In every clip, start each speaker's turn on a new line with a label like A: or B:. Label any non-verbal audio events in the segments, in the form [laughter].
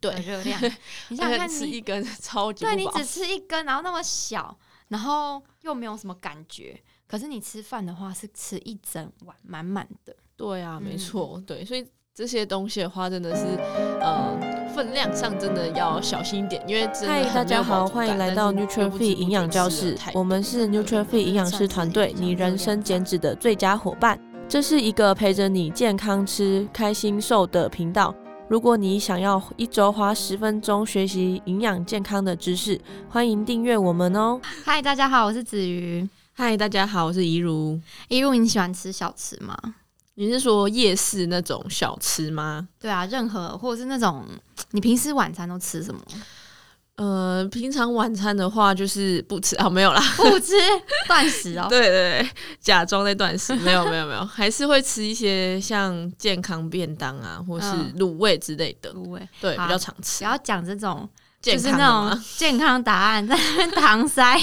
A: 对
B: 的热
A: [laughs]
B: 量。你想
A: 而
B: 想
A: 且
B: 看
A: 吃
B: 你，
A: 一根 [laughs] 超级
B: 对
A: 不
B: 你
A: 饱，
B: 只吃一根，然后那么小，然后又没有什么感觉。可是你吃饭的话，是吃一整碗满满的。
A: 对啊，没
B: 嗯
A: 错，对，所以这些东西的话，真的是呃分量上真的要小心一点，因为真的
C: 嗨，
A: 很
C: 大
A: 没
C: 家
A: 有饱
C: 好，
A: 足
C: 欢迎
A: 感
C: 来
A: 但
C: 到
A: 是
C: n u t r
A: 又
C: i
A: 不
C: f
A: 知
C: e
A: 不觉
C: 营养
A: 吃了
C: 教室
A: 太，
C: 我
A: 多
C: 们是 n u t r i f e 营养师团队，你人生减脂的最佳伙伴。这是一个陪着你健康吃、开心瘦的频道。如果你想要一周花十分钟学习营养健康的知识，欢迎订阅我们哦。
B: 嗨，大家好，我是子瑜。
A: 嗨，大家好，我是怡如。
B: 一路你喜欢吃小吃吗？
A: [laughs] 你是说夜市那种小吃吗？
B: 对啊，任何或者是那种你平时晚餐都吃什么？
A: 呃，平常晚餐的话就是不吃啊，没有啦，
B: 不吃断食哦。
A: 对对对，假装在断
B: [laughs]
A: 食，没有没有没有，还是会吃一些像健康便当啊，或是
B: 嗯
A: 卤味之类的，
B: 芦苇，
A: 对，
B: 嗯好
A: 比较常
B: 不
A: 吃。
B: 要讲这种就
A: 健
B: 是
A: 康的
B: 那
A: 吗
B: 种？健康答案，在那边搪塞。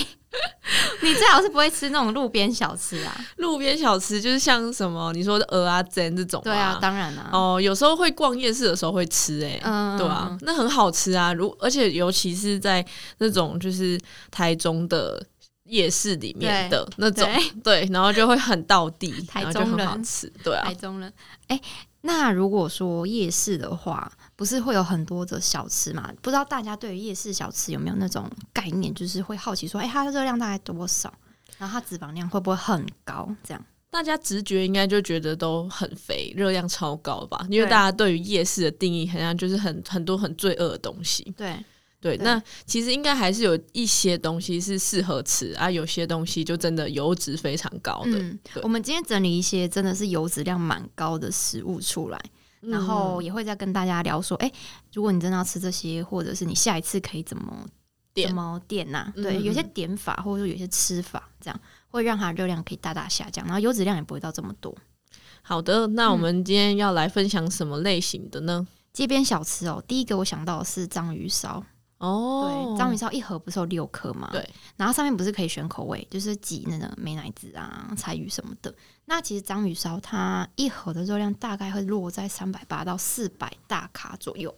B: 你最好是不会吃那种路边小吃啊。
A: 路边小吃就是像什么你说的鹅啊煎这种、
B: 对啊，当然啊。
A: 哦，有时候会逛夜市的时候会吃、欸，
B: 嗯，嗯
A: 对啊
B: 嗯，
A: 那很好吃啊！如而且尤其是在那种就是台中的夜市里面的那种，
B: 对，
A: 对，然后就会很道地，
B: 台
A: 然后就
B: 中
A: 很
B: 人
A: 好吃，对啊
B: 台，中人。哎、那如果说夜市的话，不是会有很多的小吃嘛？不知道大家对于夜市小吃有没有那种概念，就是会好奇说，哎、它的热量大概多少？然后它脂肪量会不会很高？这样
A: 大家直觉应该就觉得都很肥，热量超高吧？因为
B: 对
A: 大家对于夜市的定义，好像就是很很多很罪恶的东西。
B: 对，
A: 对，
B: 对
A: 那其实应该还是有一些东西是适合吃啊，有些东西就真的油脂非常高的。
B: 嗯，我们今天整理一些真的是油脂量蛮高的食物出来，然后
A: 嗯
B: 也会再跟大家聊说，哎、如果你真的要吃这些，或者是你下一次可以怎么
A: 点
B: 怎么点呐、
A: 嗯
B: 对，有些点法或者说有些吃法，这样会让它热量可以大大下降，然后油脂量也不会到这么多。
A: 好的，那我们今天要来分享什么类型的呢？
B: 街边小吃哦，第一个我想到的是章鱼烧，
A: 哦，
B: 对，章鱼烧一盒不是有六颗嘛？
A: 对，
B: 然后上面不是可以选口味，就是挤那个美乃滋啊、柴鱼什么的。那其实章鱼烧它一盒的热量大概会落在三百八到四百大卡左右，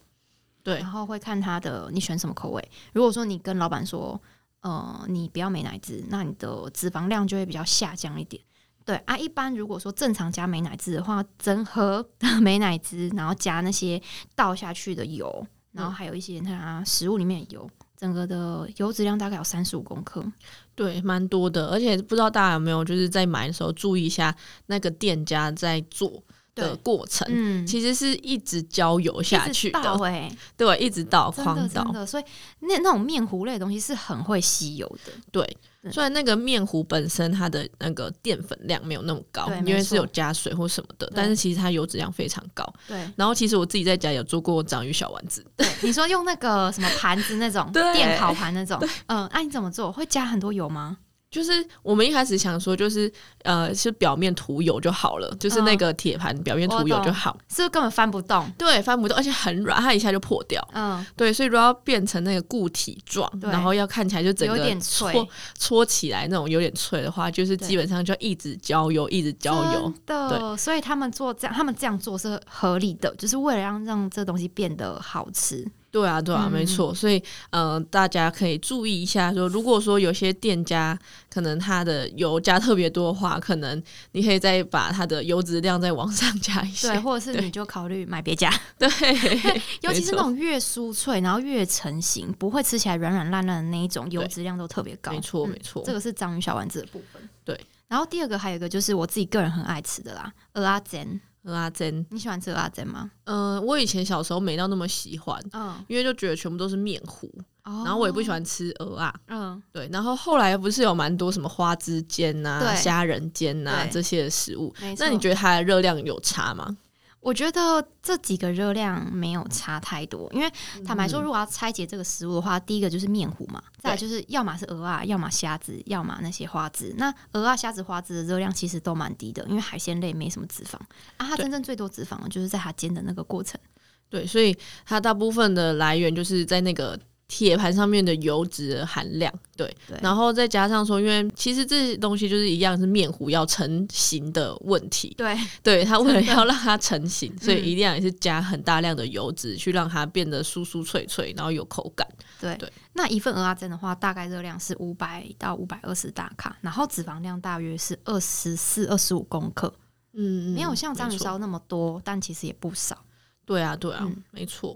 A: 对
B: 然，后会看它的你选什么口味。如果说你跟老板说，呃，你不要美乃滋，那你的脂肪量就会比较下降一点。对啊，一般如果说正常加美乃滋的话，整盒的美乃滋，然后加那些倒下去的油，然后还有一些它食物里面的油，整个的油脂量大概有三十五公克。
A: 对，蛮多的，而且不知道大家有没有就是在买的时候注意一下那个店家在做的
B: 对，
A: 过程，
B: 嗯，
A: 其实是一直浇油下去
B: 到
A: 的，
B: 哎、
A: 对，一直倒
B: 真
A: [laughs]
B: 的
A: 狂
B: 真
A: 倒，
B: 的，所以那那种面糊类的东西是很会吸油的。
A: 对。
B: 对
A: 虽然那个面糊本身它的那个淀粉量没有那么高
B: 对，
A: 因为
B: 没
A: 是
B: 错
A: 有加水或什么的，
B: 对
A: 但是其实它油脂量非常高。
B: 对，
A: 然后其实我自己在家有做过章鱼小丸子，
B: 你说用那个什么盘子那种
A: [laughs] 对
B: 电烤盘那种，嗯，那、你怎么做？会加很多油吗？
A: 就是我们一开始想说，就是呃，是表面涂油就好了，就是那
B: 嗯
A: 个铁盘表面
B: 我
A: 涂油
B: 懂
A: 就好。
B: 是不是根本翻不动？
A: 对，翻不动，而且很软，它一下就破掉。
B: 嗯，
A: 对，所以如果要变成那个固体状，
B: 对
A: 然后要看起来就整
B: 有
A: 个
B: 点
A: 搓
B: 脆
A: 搓起来那种有点脆的话，就是
B: 对
A: 基本上就一直浇油，一直浇油。
B: 真的，所以他们做这样，他们这样做是合理的，就是为了让让这东西变得好吃。
A: 对啊，对啊，
B: 嗯
A: 没错。所以，呃，大家可以注意一下说如果说有些店家可能它的油加特别多的话，可能你可以再把它的油脂量再往上加一些。
B: 对，或者是
A: 对
B: 你就考虑买别家， [laughs]
A: 对， [laughs]
B: 尤其
A: 没
B: 是
A: 错
B: 那种越酥脆，然后越成型，不会吃起来软软烂烂的那一种，油
A: 对
B: 脂量都特别高。
A: 没错，
B: 嗯
A: 没错。
B: 这个是章鱼小丸子的部分。
A: 对，
B: 然后第二个还有一个就是我自己个人很爱吃的啦，蚵仔煎。
A: 鹅阿珍，
B: 你喜欢吃蚵仔煎吗？
A: 嗯、我以前小时候没到那么喜欢，
B: 嗯，
A: 因为就觉得全部都是面糊，
B: 然
A: 然后我也不喜。
B: 哦
A: 欢吃鹅啊。
B: 嗯，
A: 对，然后后来不是有蛮多什么花枝煎呐、
B: 对
A: 虾仁煎呐、
B: 对
A: 这些的食物，
B: 没错。
A: 那你觉得它的热量有差吗？
B: 我觉得这几个热量没有差太多，因为
A: 嗯
B: 坦白说，如果要拆解这个食物的话，第一个就是面糊嘛，再来就是要么是鹅啊，要么虾子，要么那些花枝。那鹅啊、虾子、花枝的热量其实都蛮低的，因为海鲜类没什么脂肪啊。它
A: 对
B: 真正最多脂肪的就是在它煎的那个过程。
A: 对，所以它大部分的来源就是在那个铁盘上面的油脂的含量。对，
B: 对，
A: 然后再加上说，因为其实这些东西就是一样是面糊要成型的问题，
B: 对
A: 对它为了
B: 真的
A: 要让它成型，所以
B: 嗯
A: 一定也是加很大量的油脂去让它变得酥酥脆脆，然后有口感。
B: 对
A: 对
B: 那一份鹅阿珍的话，大概热量是五百到五百二十大卡，然后脂肪量大约是二十四、二十五公克，
A: 嗯，
B: 没有像章鱼
A: 错
B: 烧那么多，但其实也不少。
A: 对啊，对啊，
B: 嗯
A: 没错。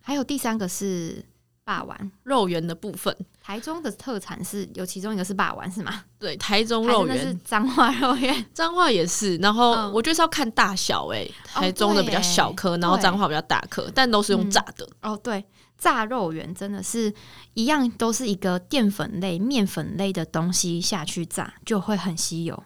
B: 还有第三个是霸丸，
A: 肉圆的部分，
B: 台中的特产是有其中一个是霸丸是吗？
A: 对，台中
B: 还是
A: 肉
B: 那是
A: 圆，
B: 彰化肉
A: [laughs]
B: 圆，
A: 彰化也是。然后
B: 嗯哦
A: 我觉得是要看大小、欸，台中的比较小颗，
B: 对
A: 然后彰化比较大颗，但都是用
B: 嗯
A: 炸的。
B: 哦，对，炸肉圆真的是一样，都是一个淀粉类、面粉类的东西下去炸，就会很稀有。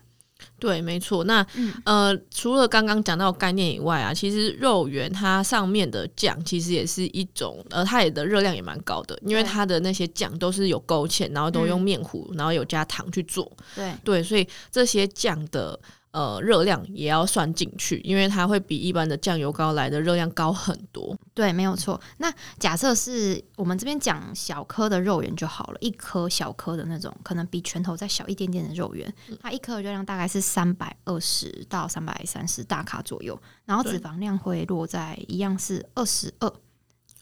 A: 对，没错。那
B: 嗯，
A: 呃，除了刚刚讲到的概念以外啊，其实肉圆它上面的酱其实也是一种，呃，它也的热量也蛮高的，因为
B: 对
A: 它的那些酱都是有勾芡，然后都用
B: 嗯
A: 面糊，然后有加糖去做，
B: 对，
A: 对，所以这些酱的呃热量也要算进去，因为它会比一般的酱油膏来的热量高很多。
B: 对，没有错。那假设是我们这边讲小颗的肉圆就好了，一颗小颗的那种，可能比拳头再小一点点的肉圆，
A: 嗯
B: 它一颗的热量大概是三百二十到三百三十大卡左右，然后
A: 对
B: 脂肪量会落在一样是二十二，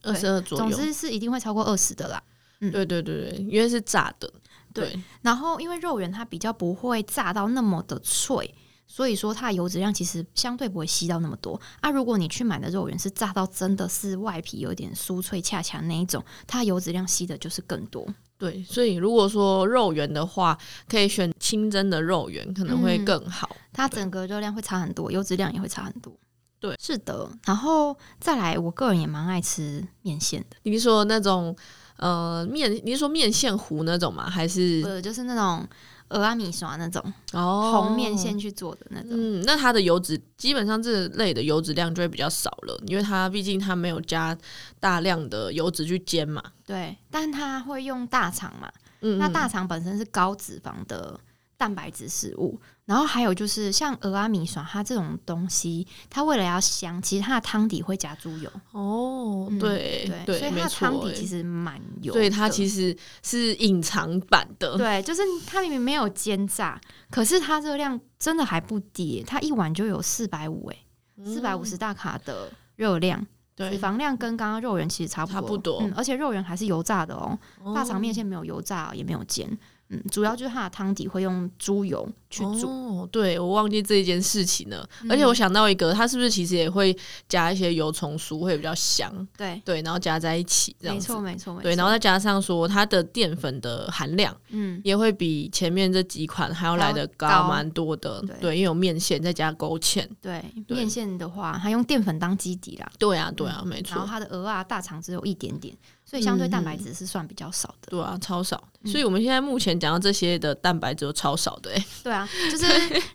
A: 二
B: 对
A: 十二左
B: 总
A: 右，
B: 之是一定会超过二十的啦。
A: 对对对对，因为是炸的，
B: 对
A: 对
B: 然后因为肉圆它比较不会炸到那么的脆。所以说，它的油脂量其实相对不会吸到那么多啊。如果你去买的肉圆是炸到真的是外皮有点酥脆恰恰那一种，它油脂量吸的就是更多。
A: 对，所以如果说肉圆的话，可以选清蒸的肉圆，可能会
B: 嗯
A: 更好。
B: 它整个热量会差很多，油脂量也会差很多。
A: 对，
B: 是的。然后再来，我个人也蛮爱吃面线的，
A: 你是说那种呃面，你是说面线糊那种吗？还是
B: 呃，就是那种俄阿米刷那种、
A: 嗯哦
B: 呃红面线？去做的那种。
A: 嗯，那它的油脂基本上这类的油脂量就会比较少了，因为它毕竟它没有加大量的油脂去煎嘛。
B: 对，但它会用大肠嘛，
A: 嗯，
B: 那
A: 嗯
B: 大肠本身是高脂肪的蛋白质食物，然后还有就是像俄阿米刷它这种东西，它为了要香，其实它的汤底会加猪油，
A: 哦
B: 嗯，
A: 对
B: 对，所以它
A: 没
B: 的汤
A: 错
B: 底
A: 欸，
B: 其实蛮油的，
A: 所以它其实是隐藏版的。
B: 对，就是它明明没有煎炸，可是它热量真的还不低耶，它一碗就有四百五哎，四百五十大卡的热量，
A: 嗯对
B: 脂肪量跟刚刚肉圆其实差不多，
A: 差不多
B: 嗯，而且肉圆还是油炸的哦，大肠面
A: 线
B: 线没有油炸，也没有煎，嗯，主要就是它的汤底会用猪油去煮，
A: 哦，对，我忘记这一件事情了。
B: 嗯
A: 而且我想到一个，它是不是其实也会加一些油葱酥，会比较香？
B: 对，
A: 对，然后加在一起这样
B: 没
A: 子
B: 错。没错没错，
A: 对，然后再加上说它的淀粉的含量
B: 嗯，
A: 也会比前面这几款还要来的
B: 还要
A: 高
B: 高
A: 蛮多的，
B: 对
A: 对，因为有面线再加勾芡，
B: 对，
A: 对
B: 面线的话，它用淀粉当基底啦。
A: 对啊，对啊，没
B: 然后
A: 错，
B: 它的鹅啊、大肠只有一点点，所以相对蛋白
A: 嗯
B: 质是算比较少的。
A: 对啊，超少。
B: 嗯
A: 所以我们现在目前讲到这些的蛋白质都超少的、欸，
B: 对啊，
A: [laughs]
B: 就是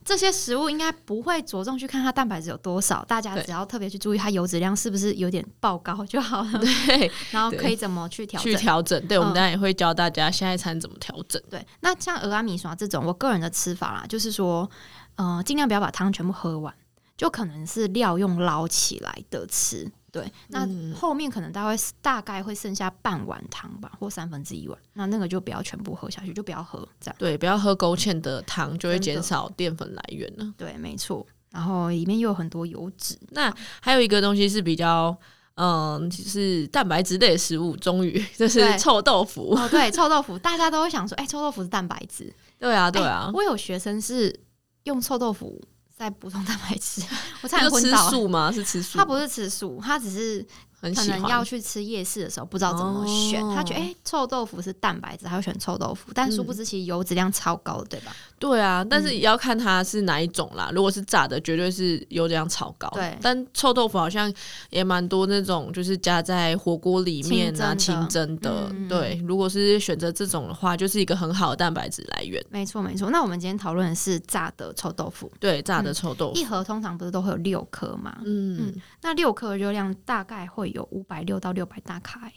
B: 这些食物应该不会着重去看它蛋白质有多少，大家
A: 对
B: 只要特别去注意它油脂量是不是有点爆高就好
A: [laughs]
B: 了，
A: 对，
B: 然后
A: 对
B: 可以怎么去嗯调
A: [laughs] 去
B: 整。
A: 调整。对，我们
B: 嗯
A: 当然也会教大家下一餐怎么调整。
B: 对，那像俄阿米刷这种，我个人的吃法啦，就是说，呃，尽量不要把汤全部喝完，就可能是料用捞起来的吃。对，那
A: 嗯
B: 后面可能大概大概会剩下半碗汤吧，或三分之一碗，那那个就不要全部喝下去，就不要喝这样。
A: 对，不要喝勾芡的汤，就会
B: 真的
A: 减少淀粉来源了。
B: 对，没错。然后里面又有很多油脂，
A: 那还有一个东西是比较，嗯，就是蛋白质类的食物，终于 [laughs] 就是
B: 对
A: 臭豆腐。
B: 哦，对，臭豆腐，大家都会想说，哎、臭豆腐是蛋白质。
A: 对啊，对
B: 哎
A: 啊，
B: 我有学生是用臭豆腐在补充蛋白质， [laughs] 我差
A: 他
B: 点
A: 就
B: 昏
A: 吃
B: 倒。
A: 素吗？是吃素，
B: 他不是吃素，他只是
A: 很
B: 可
A: 喜
B: 能要 [laughs]
A: 欢。
B: 去吃夜市的时候不知道怎么选，
A: 哦
B: 他觉得哎、臭豆腐是蛋白质，他会选臭豆腐，但殊不知其实油脂量超高的，对吧？
A: 对啊，但是
B: 嗯
A: 也要看它是哪一种啦。如果是炸的，绝对是油这样炒高。
B: 对
A: 但臭豆腐好像也蛮多那种，就是加在火锅里面啊，
B: 清
A: 清
B: 蒸
A: 蒸
B: 的
A: 的。
B: 嗯嗯嗯
A: 对，如果是选择这种的话，就是一个很好的蛋白质来源。
B: 没错没错。那我们今天讨论的是炸的臭豆腐，
A: 对，炸的
B: 嗯
A: 臭豆腐。
B: 一盒通常不是都会有六颗嘛？
A: 嗯，
B: 那六颗的热量大概会有五百六到六百大卡、哎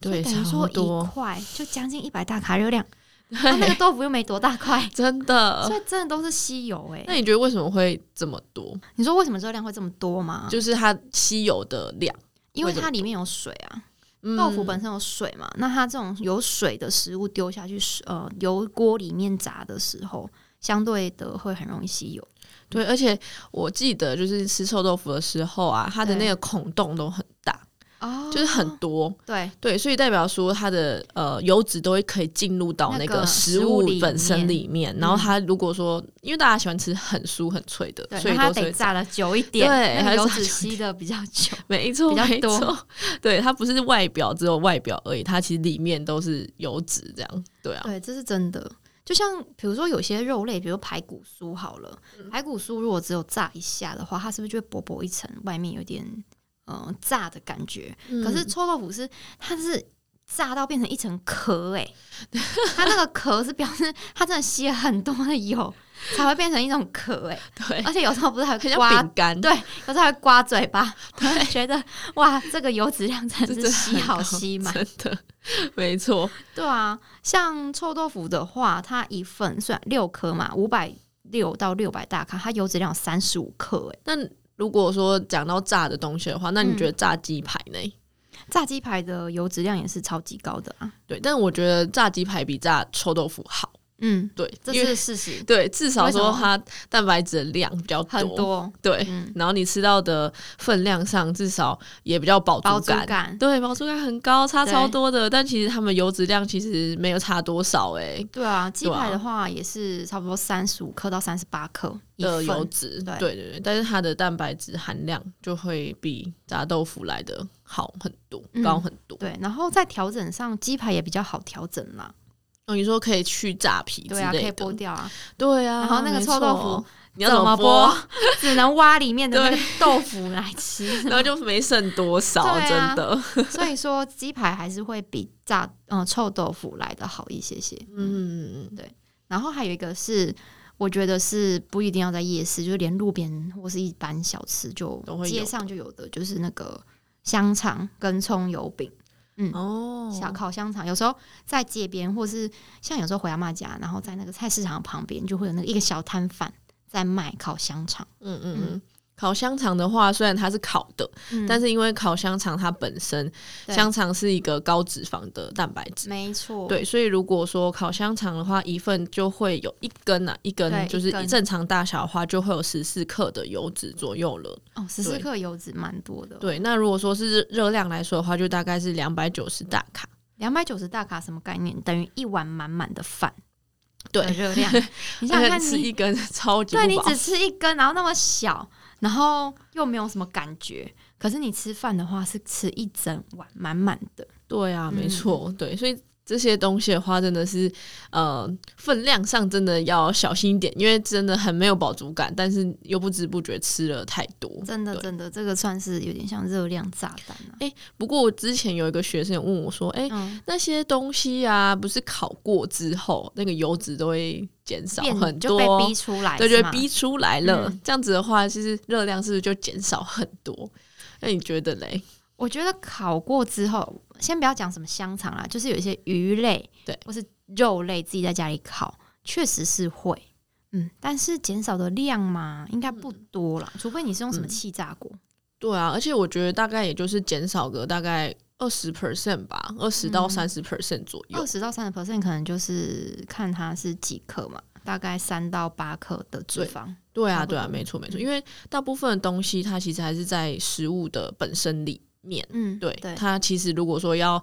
A: 对，
B: 所以等于
A: 差
B: 说
A: 不
B: 一
A: 多，
B: 块就将近一百大卡热 [laughs] 量，那那个
A: 对，
B: 豆腐又没多大块，
A: 真的。
B: 所以真的都是稀有哎、
A: 那你觉得为什么会这么多？
B: 你说为什么热量会这么多吗？
A: 就是它稀有的量，
B: 因为
A: 为什么
B: 它里面有水啊，
A: 嗯
B: 豆腐本身有水嘛，那它这种有水的食物丢下去，呃，油锅里面炸的时候，相对的会很容易吸油。
A: 对，而且我记得就是吃臭豆腐的时候啊，它的
B: 对
A: 那个孔洞都很大，
B: 哦
A: 就是很多。
B: 对，
A: 对，所以代表说它的呃油脂都会可以进入到
B: 那
A: 那
B: 个
A: 个
B: 食
A: 食
B: 物
A: 物
B: 里
A: 本身
B: 面
A: 里面。然后
B: 嗯
A: 它如果说，因为大家喜欢吃很酥很脆的，
B: 对，
A: 所以
B: 那它
A: 都是
B: 得
A: 会
B: 炸的久一点，
A: 对
B: 那
A: 还
B: 个
A: 要
B: 油
A: 炸
B: 脂
A: 久一
B: 吸的比较久。
A: 没错
B: 比较
A: 没
B: 多
A: 错。对，它不是外表只有外表而已，它其实里面都是油脂这样。对啊，
B: 对，这是真的。就像比如说有些肉类，比如排骨酥好了，排骨酥如果只有炸一下的话，它是不是就会薄薄一层，外面有点呃炸的感觉？可是
A: 嗯 [laughs]
B: 臭豆腐是它是炸到变成一层壳哎、它那个壳是表示它真的吸了很多的油，才会变成一种壳哎、
A: 对，
B: 而且有时候不是还
A: 很
B: 刮
A: 像，饼干。哦
B: 对，有时候还刮嘴巴，我就觉得哇，这个油脂量真
A: 这
B: 的
A: 真
B: 是
A: 的
B: 吸
A: 很
B: 好
A: 高
B: 吸满。
A: 真的没错。
B: 对啊，像臭豆腐的话，它一份虽然六颗嘛，五百六到六百大卡，它油脂量三十五克哎、
A: 那如果说讲到炸的东西的话，那你
B: 嗯
A: 觉得炸鸡排呢？
B: 炸鸡排的油脂量也是超级高的啊。
A: 对，但我觉得炸鸡排比炸臭豆腐好。
B: 嗯，
A: 对，
B: 这
A: 因为
B: 是事实，
A: 对，至少
B: 为什
A: 说
B: 么
A: 它蛋白质的量比较多，
B: 很多。
A: 对，
B: 嗯，
A: 然后你吃到的分量上至少也比较饱
B: 饱
A: 足
B: 足
A: 感。
B: 感。
A: 对，饱足感很高，差超
B: 对
A: 多的，但其实他们油脂量其实没有差多少哎、
B: 对啊，鸡
A: 对啊
B: 排的话也是差不多三十五克到三十八克一
A: 的
B: 份
A: 油脂，
B: 对
A: 对对对，但是它的蛋白质含量就会比炸豆腐来的好很多，
B: 嗯
A: 高很多。
B: 对，然后在调整上，鸡排也比较好调整啦。
A: 哦，你说可以去炸皮之
B: 对啊，可以
A: 类
B: 剥
A: 的，
B: 掉啊。
A: 对啊，
B: 然后那个
A: 没
B: 臭豆
A: 错
B: 腐
A: 你要
B: 怎
A: 么
B: 么
A: 剥？
B: 剥？ [laughs] 只能挖里面的那个豆腐来吃。
A: [laughs] 然后就没剩多少，
B: 对啊
A: 真的。
B: 所以说，鸡排还是会比炸嗯、臭豆腐来的好一些些。
A: 嗯，
B: 然后还有一个是，我觉得是不一定要在夜市，就是连路边或是一般小吃就
A: 都会有
B: 街上就有的，就是那个香肠跟葱油饼。
A: 哦，
B: 小烤香肠，有时候在街边，或是像有时候回阿妈家，然后在那个菜市场旁边，就会有那个一个小摊贩在卖烤香肠。
A: 嗯嗯嗯。烤香肠的话，虽然它是烤的，
B: 嗯
A: 但是因为烤香肠它本身
B: 对
A: 香肠是一个高脂肪的蛋白质，
B: [laughs] 没错，
A: 对，所以如果说烤香肠的话，一份就会有一根啊，一
B: 对
A: 根就是
B: 一根
A: 以正常大小的话，就会有十四克的油脂左右了。
B: 哦，十四
A: 对
B: 克油脂蛮多的，，
A: 对，那如果说是热量来说的话，就大概是两百九十大卡。
B: 两百九十大卡什么概念？等于一碗满满的饭
A: 对
B: 的，
A: [laughs]
B: 热量。你
A: 而
B: 想想
A: 且
B: 看
A: 吃
B: 你，
A: 一根超级
B: 对
A: 不
B: 你
A: 饱
B: 只吃一根，然后那么小，然后又没有什么感觉，可是你吃饭的话是吃一整碗满满的。
A: 对啊，没
B: 嗯
A: 错，对，所以这些东西的话，真的是呃分量上真的要小心一点，因为真的很没有饱足感，但是又不知不觉吃了太多。
B: 真的，
A: 对
B: 真的，这个算是有点像热量炸弹啊。
A: 不过我之前有一个学生问我说：“哎、
B: 嗯，
A: 那些东西啊，不是烤过之后，那个油脂都会减少
B: 变
A: 很
B: 就被
A: 多
B: 逼，出来，
A: 对，
B: 是
A: 就
B: 吗
A: 会逼出来了。
B: 嗯
A: 这样子的话，其实热量是不是就减少很多？那你觉得嘞？
B: 我觉得烤过之后，先不要讲什么香肠啦，就是有一些鱼类，
A: 对
B: 或是肉类，自己在家里烤，确实是会，嗯，但是减少的量嘛，应该不多啦，除非你是用什么
A: 嗯
B: 气炸锅，
A: 对啊，而且我觉得大概也就是减少个大概二十 percent 吧，二十到三十 percent 左右。
B: 嗯二十、到三十 percent 可能就是看它是几克嘛，大概三到八克的脂
A: 对
B: 肪，
A: 对
B: 差
A: 啊，
B: 不
A: 对啊，
B: 多
A: 没错没错，
B: 嗯
A: 因为大部分的东西它其实还是在食物的本身里面。
B: 嗯，
A: 对，
B: 对，
A: 它其实如果说要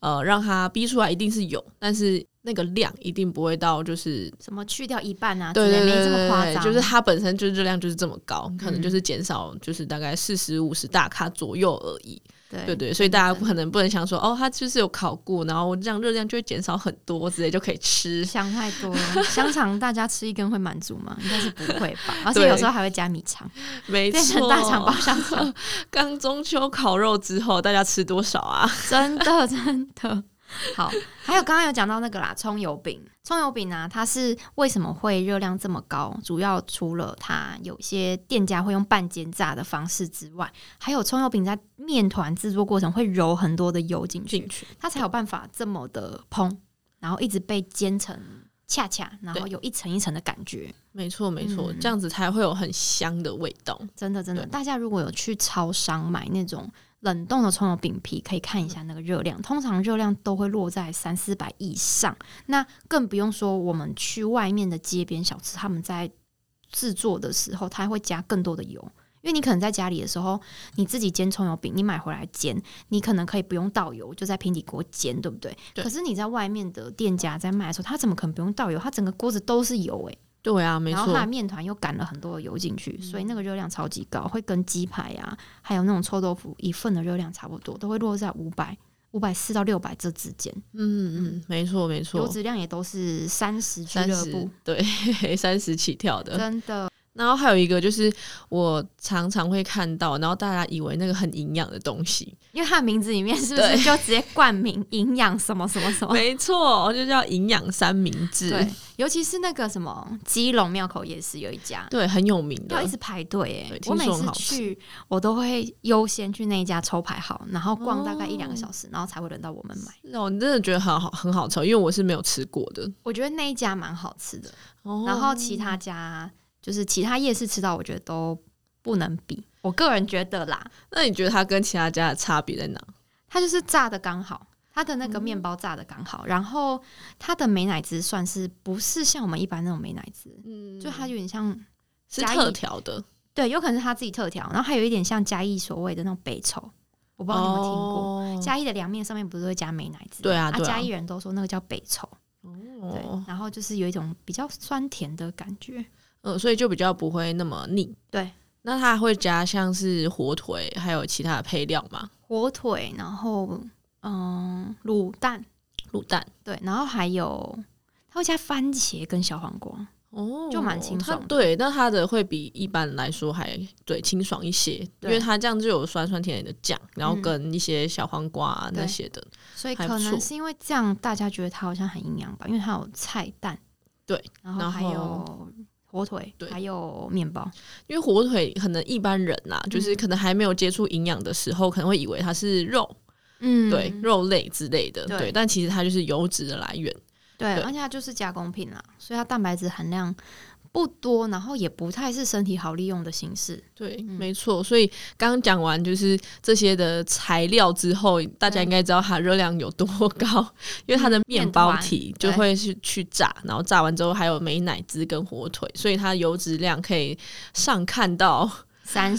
A: 呃让它逼出来，一定是有，但是那个量一定不会到就是。
B: 什么去掉一半啊，
A: 对对
B: 之类
A: 对
B: 没
A: 对
B: 这么夸
A: 对
B: 张，
A: 就是它本身就是热量就是这么高，可能
B: 嗯
A: 就是减少就是大概四十五十大卡左右而已。
B: 对
A: 对对，所以大家
B: 真的
A: 可能不能想说哦，它就是有烤过，然后这样热量就会减少很多，直接就可以
B: [laughs]
A: 吃。
B: 想太多
A: [laughs]
B: 了，香肠大家吃一根会满足吗？应该是不会吧，而且
A: 对
B: 有时候还会加米肠，
A: 没
B: 变成
A: 错，
B: 大肠包香肠，
A: 刚中秋烤肉之后，大家吃多少啊？
B: [laughs] 真的真的。好，还有刚刚有讲到那个啦，葱油饼，葱油饼呢、啊它是为什么会热量这么高？主要除了它有些店家会用半煎炸的方式之外，还有葱油饼在面团制作过程会揉很多的油进去，
A: 去，
B: 它才有办法这么的蓬，然后一直被煎成恰恰，然后
A: 对
B: 有一层一层的感觉。
A: 没错没错，
B: 嗯
A: 这样子才会有很香的味道。
B: 真的真的，
A: 对
B: 大家如果有去超商买那种冷冻的葱油饼皮可以
A: 嗯
B: 看一下那个热量，通常热量都会落在三四百以上。那更不用说我们去外面的街边小吃，他们在制作的时候，它会加更多的油。因为你可能在家里的时候，你自己煎葱油饼，你买回来煎，你可能可以不用倒油，就在平底锅煎，对不对？
A: 对
B: 可是你在外面的店家在卖的时候，他怎么可能不用倒油？他整个锅子都是油欸诶、
A: 对啊，没
B: 然
A: 错嗯
B: 后它的，面团又擀了很多的油进去，所以那个热量超级高，会跟鸡排啊，还有那种臭豆腐一份的热量差不多，都会落在五百。五百四到六百这之间，
A: 嗯嗯，没错没
B: 油
A: 错，
B: 脂量也都是三十俱
A: 三
B: 乐
A: 十嗯
B: 部，
A: 对， [laughs] 三十起跳的，
B: 真的
A: 然后还有一个就是我常常会看到，然后大家以为那个很营养的东西，
B: 因为它的名字里面是不是
A: 对
B: 就直接冠名营养什么什么什么？
A: 没错，就叫营养三明治，
B: 哦对，尤其是那个什么基隆庙口夜市有一家，
A: 对很有名
B: 要
A: 的
B: 一，直排队哎、
A: 对
B: 我
A: 听
B: 每
A: 说很
B: 次
A: 好吃
B: 去，我都会优先去那一家抽排号，然后逛大概一两个
A: 哦
B: 小时，然后才会轮到我们买。
A: 哦，你真的觉得很好很好吃，哦因为我是没有吃过的。
B: 我觉得那一家蛮好吃的，
A: 哦
B: 然后其他家就是其他夜市吃到，我觉得都不能比。我个人觉得啦，
A: 那你觉得它跟其他家的差别在哪？
B: 它就是炸的刚好，它的那个
A: 嗯
B: 面包炸的刚好，然后它的美乃滋算是不是像我们一般那种美乃滋，
A: 嗯
B: 就它有点像
A: 是
B: 嘉义
A: 特调的，
B: 对，有可能是他自己特调，然后还有一点像嘉义所谓的那种北丑，我不知道你有没有听过。
A: 哦
B: 嘉义的凉面上面不是会加美乃滋？
A: 对啊对啊
B: 嘉义人都说那个叫北丑，对，
A: 哦，
B: 然后就是有一种比较酸甜的感觉。
A: 嗯，所以就比较不会那么腻。
B: 对，
A: 那它会加像是火腿，还有其他的配料嘛，
B: 火腿，然后嗯，卤蛋，
A: 卤蛋，
B: 对，然后还有他会加番茄跟小黄瓜，
A: 哦
B: 就蛮清爽的
A: 它对，那它的会比一般来说还对清爽一些，因
B: 对
A: 为它这样就有酸酸甜甜的酱，然后
B: 嗯
A: 跟一些小黄瓜、啊
B: 对
A: 那些的。
B: 所以
A: 还
B: 可
A: 不
B: 能
A: 错
B: 是因为这样，大家觉得它好像很营养吧，因为它有菜蛋，
A: 对，
B: 然后
A: 然
B: 还
A: 后
B: 有火腿，
A: 对
B: 还有面包，
A: 因为火腿可能一般人呐、
B: 嗯
A: 就是可能还没有接触营养的时候，可能会以为它是肉，
B: 嗯
A: 对，肉类之类的，
B: 对
A: 对，但其实它就是油脂的来源。
B: 对，
A: 对
B: 而且它就是加工品啦，所以它蛋白质含量不多，然后也不太是身体好利用的形式。
A: 对，
B: 嗯
A: 没错。所以刚刚讲完就是这些的材料之后，大家
B: 对嗯
A: 应该知道它热量有多高，因为它的面包体就
B: 对
A: 会是去炸，然后炸完之后还有美乃滋跟火腿，所以它油脂量可以上看到
B: 三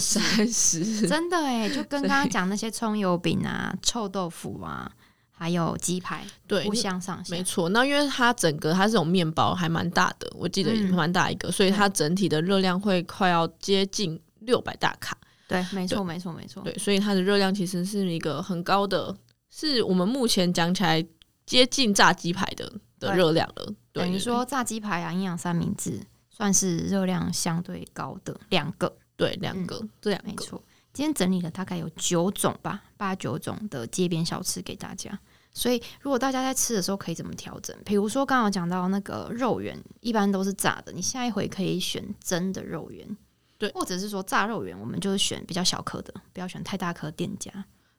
A: [laughs]
B: 十，
A: 三十。
B: 真的哎，就跟
A: 对
B: 刚刚讲那些葱油饼啊、臭豆腐啊，还有鸡排，
A: 对
B: 不，相上下
A: 没。错。那因为它整个它这种面包还蛮大的，我记得也
B: 嗯
A: 蛮大一个，所以
B: 对
A: 它整体的热量会快要接近六百大卡。
B: 对，没错，没错，没错。
A: 对，所以它的热量其实是一个很高的，是我们目前讲起来接近炸鸡排的的
B: 对
A: 热量了。对
B: 等于
A: 对
B: 说炸鸡排啊、营养三明治算是热量相对高的两个，
A: 对对两
B: 嗯
A: 个、这两
B: 没
A: 个，
B: 错。今天整理了大概有九种吧，八九种的街边小吃给大家。所以，如果大家在吃的时候可以怎么调整？比如说，刚刚有讲到那个肉圆，一般都是炸的，你下一回可以选蒸的肉圆，
A: 对
B: 或者是说炸肉圆，我们就是选比较小颗的，不要选太大颗店家。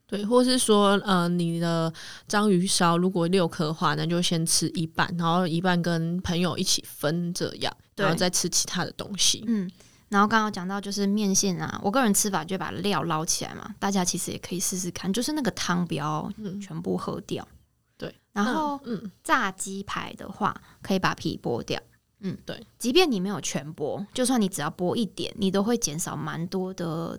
A: 对，或是说，呃，你的章鱼烧如果六颗的话，那就先吃一半，然后一半跟朋友一起分这样，然后
B: 对
A: 再吃其他的东西。
B: 嗯，然后刚刚讲到就是面线啊，我个人吃法就把料捞起来嘛，大家其实也可以试试看，就是那个汤不要
A: 嗯
B: 全部喝掉。
A: 对，
B: 然后
A: 嗯嗯
B: 炸鸡排的话，可以把皮剥掉。嗯，
A: 对，
B: 即便你没有全剥，就算你只要剥一点，你都会减少蛮多的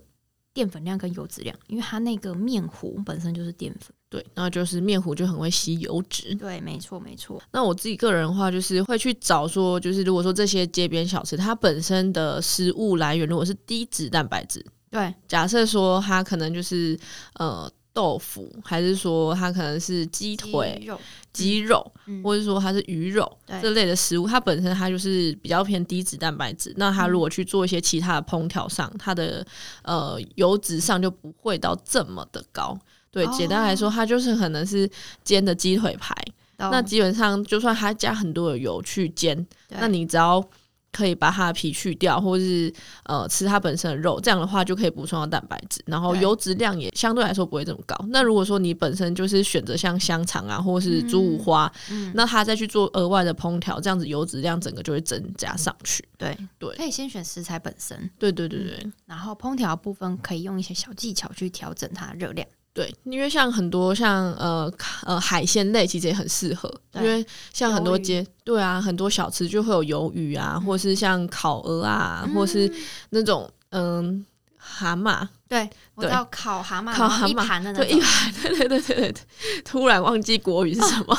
B: 淀粉量跟油脂量，因为它那个面糊本身就是淀粉。
A: 对，然后就是面糊就很会吸油脂。
B: 对，没错，没错。
A: 那我自己个人的话，就是会去找说，就是如果说这些街边小吃，它本身的食物来源如果是低脂蛋白质，
B: 对，
A: 假设说它可能就是呃豆腐，还是说它可能是鸡
B: 鸡
A: 腿、
B: 肉，
A: 鸡肉，
B: 嗯
A: 或者说它是鱼肉
B: 对
A: 这类的食物，它本身它就是比较偏低脂蛋白质。那它
B: 嗯
A: 如果去做一些其他的烹调上，它的呃油脂上就不会到这么的高。对，
B: 哦哦
A: 简单来说，它就是可能是煎的鸡腿排，那
B: 懂
A: 基本上就算它加很多的油去煎，
B: 对
A: 那你只要可以把它的皮去掉，或是呃吃它本身的肉，这样的话就可以补充到蛋白质，然后
B: 对
A: 油脂量也相对来说不会这么高。那如果说你本身就是选择像香肠啊，或是猪五花，
B: 嗯，
A: 那它再去做额外的烹调，这样子油脂量整个就会增加上去。
B: 对
A: 对
B: 可以先选食材本身，
A: 嗯对对对对。
B: 然后烹调部分可以用一些小技巧去调整它的热量。
A: 对，因为像很多像呃卡呃海鲜类，其实也很适合，因
B: 对
A: 为像很多
B: 鱿鱼
A: 街对啊，很多小吃就会有鱿鱼啊，或是像烤鹅啊，或是
B: 嗯
A: 那种嗯蛤蟆， [laughs]
B: 对，我
A: 对
B: 知道烤蛤蟆，
A: 烤
B: 然后
A: 蛤
B: 一
A: 蟆
B: 盘的那
A: 就一
B: 种，
A: 盘，对对对对对对，突然忘记国语是什么，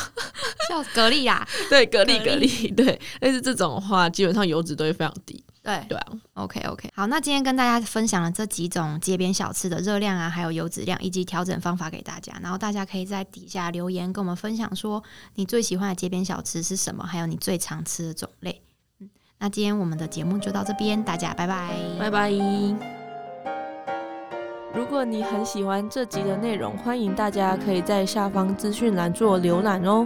B: 叫蛤蜊啊呀。
A: 对，蛤蜊
B: 哦蛤
A: 蛤蜊，对，但是这种的话，基本上油脂都会非常低，
B: 对
A: 对啊，
B: OK OK，好，那今天跟大家分享了这几种街边小吃的热量啊，还有油脂量以及调整方法给大家，然后大家可以在底下留言跟我们分享说你最喜欢的街边小吃是什么，还有你最常吃的种类。嗯，那今天我们的节目就到这边，大家拜拜，
A: 拜拜。
C: 如果你很喜欢这集的内容，欢迎大家可以在下方资讯栏做浏览哦。